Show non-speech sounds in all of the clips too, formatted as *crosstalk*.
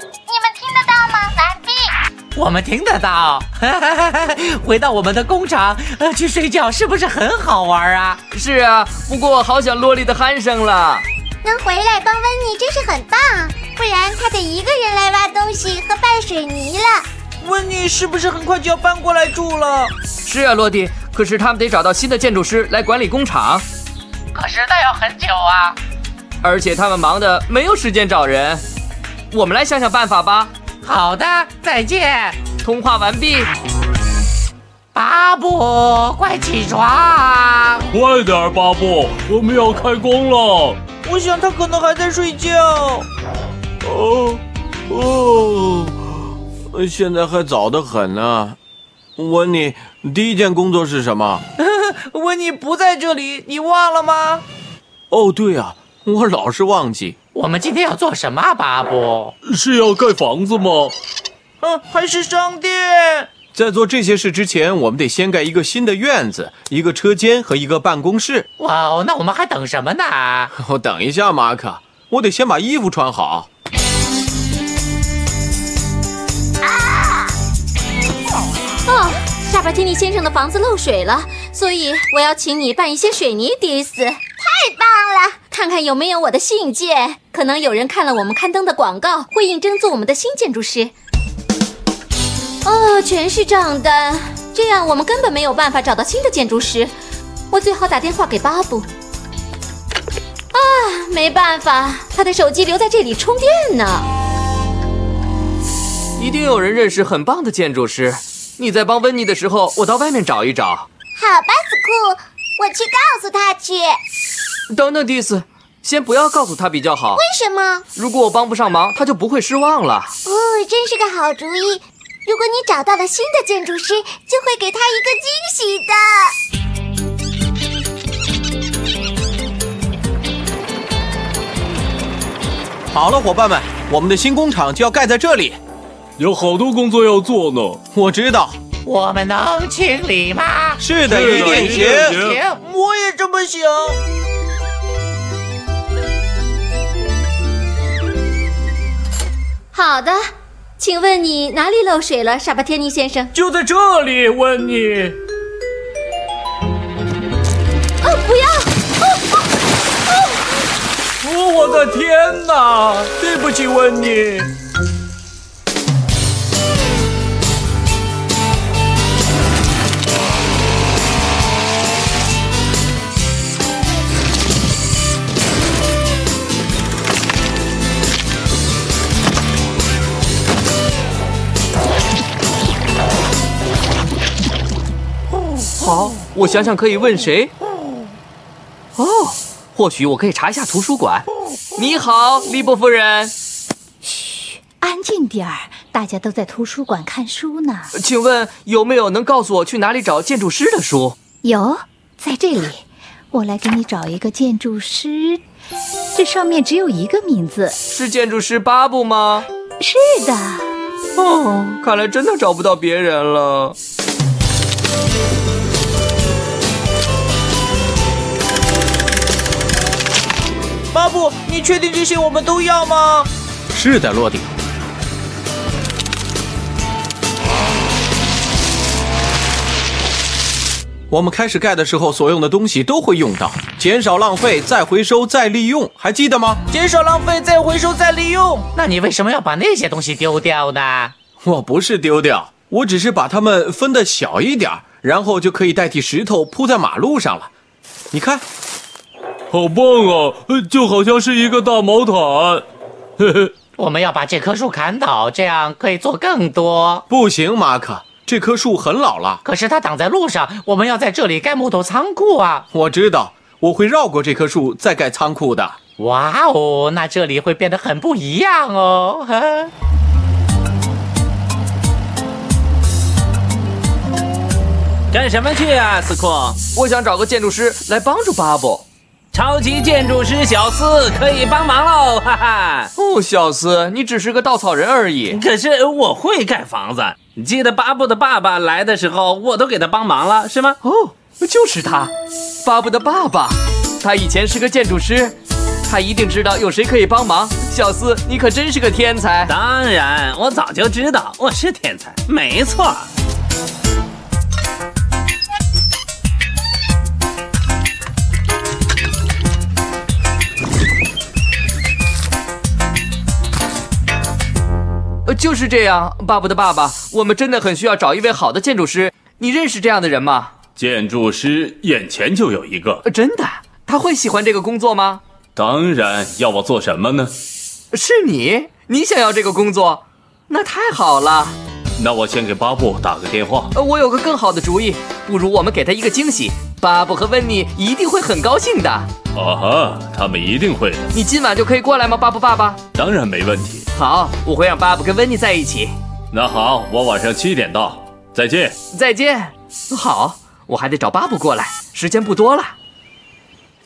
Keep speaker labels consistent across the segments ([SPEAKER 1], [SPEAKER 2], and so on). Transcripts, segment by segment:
[SPEAKER 1] 你们听得到吗？完毕。
[SPEAKER 2] 我们听得到， *laughs* 回到我们的工厂，呃，去睡觉是不是很好玩啊？
[SPEAKER 3] 是啊，不过好想洛丽的鼾声了。
[SPEAKER 1] 能回来帮温妮真是很棒，不然他得一个人来挖东西和拌水泥了。
[SPEAKER 4] 温妮是不是很快就要搬过来住了？
[SPEAKER 3] 是啊，洛蒂，可是他们得找到新的建筑师来管理工厂，
[SPEAKER 5] 可是那要很久啊。
[SPEAKER 3] 而且他们忙得没有时间找人。我们来想想办法吧。
[SPEAKER 2] 好的，再见，
[SPEAKER 3] 通话完毕。
[SPEAKER 2] 巴布，快起床！
[SPEAKER 6] 快点儿，巴布，我们要开工了。
[SPEAKER 4] 我想他可能还在睡觉。
[SPEAKER 7] 哦，哦，现在还早得很呢、温妮，第一件工作是什么？
[SPEAKER 4] 温妮不在这里，你忘了吗？
[SPEAKER 7] 哦，对呀、我老是忘记。
[SPEAKER 2] 我们今天要做什么啊，巴布？
[SPEAKER 6] 是要盖房子吗？
[SPEAKER 4] 嗯，还是商店。
[SPEAKER 7] 在做这些事之前，我们得先盖一个新的院子、一个车间和一个办公室。
[SPEAKER 2] 哇哦，那我们还等什么呢？
[SPEAKER 7] 我等一下，马可，我得先把衣服穿好。
[SPEAKER 8] 哦，沙巴天尼先生的房子漏水了，所以我要请你拌一些水泥，迪斯。
[SPEAKER 1] 太棒了！
[SPEAKER 8] 看看有没有我的信件。可能有人看了我们刊登的广告，会应征做我们的新建筑师。哦，全是账单，这样我们根本没有办法找到新的建筑师。我最好打电话给巴布。啊，没办法，他的手机留在这里充电呢。
[SPEAKER 3] 一定有人认识很棒的建筑师。你在帮温妮的时候，我到外面找一找。
[SPEAKER 1] 好吧，斯库，我去告诉他去。为
[SPEAKER 3] 等等，迪斯，先不要告诉他比较好。
[SPEAKER 1] 什么？
[SPEAKER 3] 如果我帮不上忙，他就不会失望了。
[SPEAKER 1] 哦，真是个好主意。如果你找到了新的建筑师，就会给他一个惊喜的。
[SPEAKER 7] 好了，伙伴们，我们的新工厂就要盖在这里。
[SPEAKER 6] 有好多工作要做呢。
[SPEAKER 7] 我知道，
[SPEAKER 2] 我们能清理吗？
[SPEAKER 7] 是的，
[SPEAKER 6] 是
[SPEAKER 7] 一
[SPEAKER 6] 的
[SPEAKER 7] 定
[SPEAKER 6] 一
[SPEAKER 7] 行
[SPEAKER 6] 定。行
[SPEAKER 2] 行，
[SPEAKER 4] 我也这么想。
[SPEAKER 8] 好的，请问你哪里漏水了，沙巴天尼先生？
[SPEAKER 3] 就在这里，温妮。
[SPEAKER 8] 哦，不要！
[SPEAKER 3] 哦，我的天哪！对不起，温妮。好，我想想可以问谁。哦，或许我可以查一下图书馆。你好，利波夫人，
[SPEAKER 8] 安静点儿，大家都在图书馆看书呢。
[SPEAKER 3] 请问有没有能告诉我去哪里找建筑师的书？
[SPEAKER 8] 有，在这里，我来给你找一个建筑师，这上面只有一个名字。
[SPEAKER 3] 是建筑师巴布吗？
[SPEAKER 8] 是的，
[SPEAKER 3] 哦，看来真的找不到别人了。
[SPEAKER 4] 巴布，你确定这些我们都要吗？
[SPEAKER 7] 是的，落地。我们开始盖的时候所用的东西都会用到，减少浪费，再回收，再利用，还记得吗？
[SPEAKER 4] 减少浪费，再回收，再利用。
[SPEAKER 2] 那你为什么要把那些东西丢掉呢？
[SPEAKER 7] 我不是丢掉，我只是把它们分的小一点儿，然后就可以代替石头铺在马路上了。你看，
[SPEAKER 6] 好棒啊，呃就好像是一个大毛毯。嘿嘿，
[SPEAKER 2] 我们要把这棵树砍倒，这样可以做更多。
[SPEAKER 7] 不行，马可，这棵树很老了。
[SPEAKER 2] 可是它挡在路上，我们要在这里盖木头仓库啊！
[SPEAKER 7] 我知道，我会绕过这棵树再盖仓库的。
[SPEAKER 2] 哇 *laughs* 哦，那这里会变得很不一样哦。呵
[SPEAKER 9] 干什么去啊，司库？
[SPEAKER 3] 我想找个建筑师来帮助巴布。
[SPEAKER 9] 超级建筑师小斯可以帮忙喽，哈哈！
[SPEAKER 3] 哦，小斯，你只是个稻草人而已。
[SPEAKER 9] 可是我会盖房子，你记得巴布的爸爸来的时候，我都给他帮忙了，是吗？
[SPEAKER 3] 哦，就是他，巴布的爸爸，他以前是个建筑师，他一定知道有谁可以帮忙。小斯，你可真是个天才。
[SPEAKER 9] 当然，我早就知道我是天才，没错。
[SPEAKER 3] 呃就是这样，巴布的爸爸，我们真的很需要找一位好的建筑师。你认识这样的人吗？
[SPEAKER 6] 建筑师眼前就有一个，
[SPEAKER 3] 呃真的？他会喜欢这个工作吗？
[SPEAKER 6] 当然，要我做什么呢？
[SPEAKER 3] 是你，你想要这个工作，那太好了。呃
[SPEAKER 6] 那我先给巴布打个电话。
[SPEAKER 3] 我有个更好的主意，不如我们给他一个惊喜。巴布和温妮一定会很高兴的。
[SPEAKER 6] 啊哈，他们一定会的。
[SPEAKER 3] 你今晚就可以过来吗，巴布爸爸？
[SPEAKER 6] 当然没问题。
[SPEAKER 3] 好，我会让巴布跟温妮在一起。
[SPEAKER 6] 那好，我晚上七点到，再见。
[SPEAKER 3] 再见。好，我还得找巴布过来，时间不多了。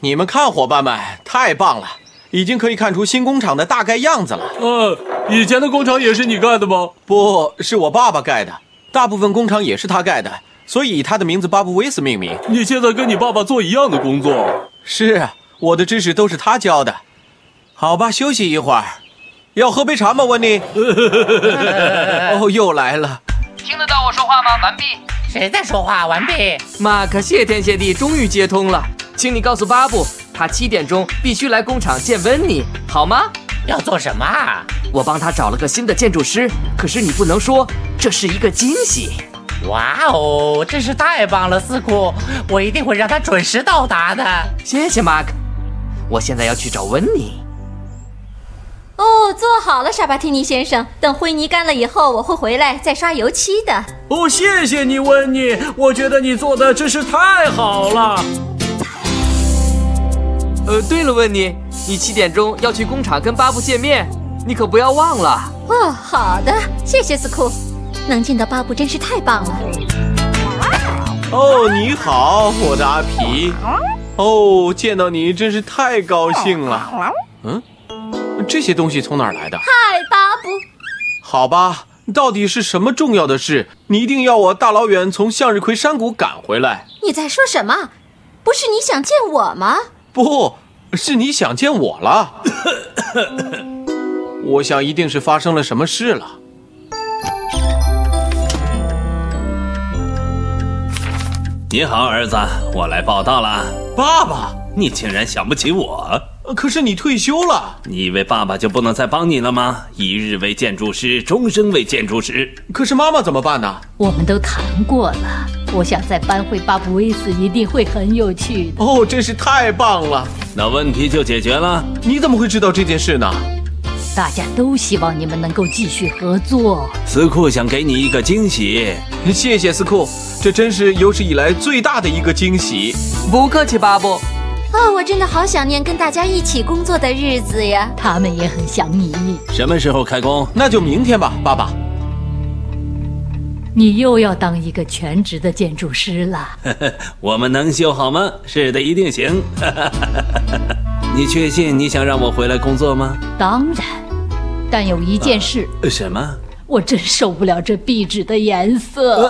[SPEAKER 7] 你们看，伙伴们，太棒了，已经可以看出新工厂的大概样子了。
[SPEAKER 6] 呃，以前的工厂也是你盖的吗？
[SPEAKER 7] 不是我爸爸盖的，大部分工厂也是他盖的，所以以他的名字巴布威斯命名。
[SPEAKER 6] 你现在跟你爸爸做一样的工作？
[SPEAKER 7] 是，啊我的知识都是他教的。好吧，休息一会儿。要喝杯茶吗，温妮？哦，又来了。
[SPEAKER 5] 听得到我说话吗？完毕。
[SPEAKER 2] 谁在说话？完毕。
[SPEAKER 3] 马克，谢天谢地，终于接通了。请你告诉巴布，他七点钟必须来工厂见温妮，好吗？
[SPEAKER 2] 要做什么？啊？
[SPEAKER 3] 我帮他找了个新的建筑师，可是你不能说这是一个惊喜。
[SPEAKER 2] 哇哦，真是太棒了，四库，我一定会让他准时到达的。
[SPEAKER 3] 谢谢马克，我现在要去找温妮。
[SPEAKER 10] 哦，做好了，沙巴提尼先生。等灰泥干了以后，我会回来再刷油漆的。
[SPEAKER 11] 哦，谢谢你，温妮，我觉得你做的真是太好了。
[SPEAKER 3] 呃，对了，温妮，你七点钟要去工厂跟巴布见面，你可不要忘了。
[SPEAKER 10] 哦，好的，谢谢斯库，能见到巴布真是太棒了。
[SPEAKER 7] 哦，你好，我的阿皮。哦，见到你真是太高兴了。嗯，这些东西从哪儿来的？
[SPEAKER 10] 嗨，巴布。
[SPEAKER 7] 好吧，到底是什么重要的事？你一定要我大老远从向日葵山谷赶回来？
[SPEAKER 10] 你在说什么？不是你想见我吗？
[SPEAKER 7] 不是你想见我了，我想一定是发生了什么事了。
[SPEAKER 9] 你好，儿子，我来报道了。
[SPEAKER 7] 爸爸，
[SPEAKER 9] 你竟然想不起我？
[SPEAKER 7] 可是你退休了，
[SPEAKER 9] 你以为爸爸就不能再帮你了吗？一日为建筑师，终生为建筑师。
[SPEAKER 7] 可是妈妈怎么办呢？
[SPEAKER 12] 我们都谈过了，我想再搬回巴布威斯，一定会很有趣的。
[SPEAKER 7] 哦，真是太棒了！
[SPEAKER 9] 那问题就解决了。
[SPEAKER 7] 你怎么会知道这件事呢？
[SPEAKER 12] 大家都希望你们能够继续合作。
[SPEAKER 9] 斯库想给你一个惊喜，
[SPEAKER 7] 谢谢斯库，这真是有史以来最大的一个惊喜。
[SPEAKER 3] 不客气，巴布。
[SPEAKER 10] 哦，我真的好想念跟大家一起工作的日子呀！
[SPEAKER 12] 他们也很想你。
[SPEAKER 9] 什么时候开工？
[SPEAKER 7] 那就明天吧，爸爸。
[SPEAKER 12] 你又要当一个全职的建筑师了。
[SPEAKER 9] 我们能修好吗？是的，一定
[SPEAKER 7] *laughs*
[SPEAKER 9] 行。 *laughs* 你确信你想让我回来工作吗？
[SPEAKER 12] 当然，但有一件事。
[SPEAKER 9] 啊、什么？呃
[SPEAKER 12] 我真受不了这壁纸的颜色。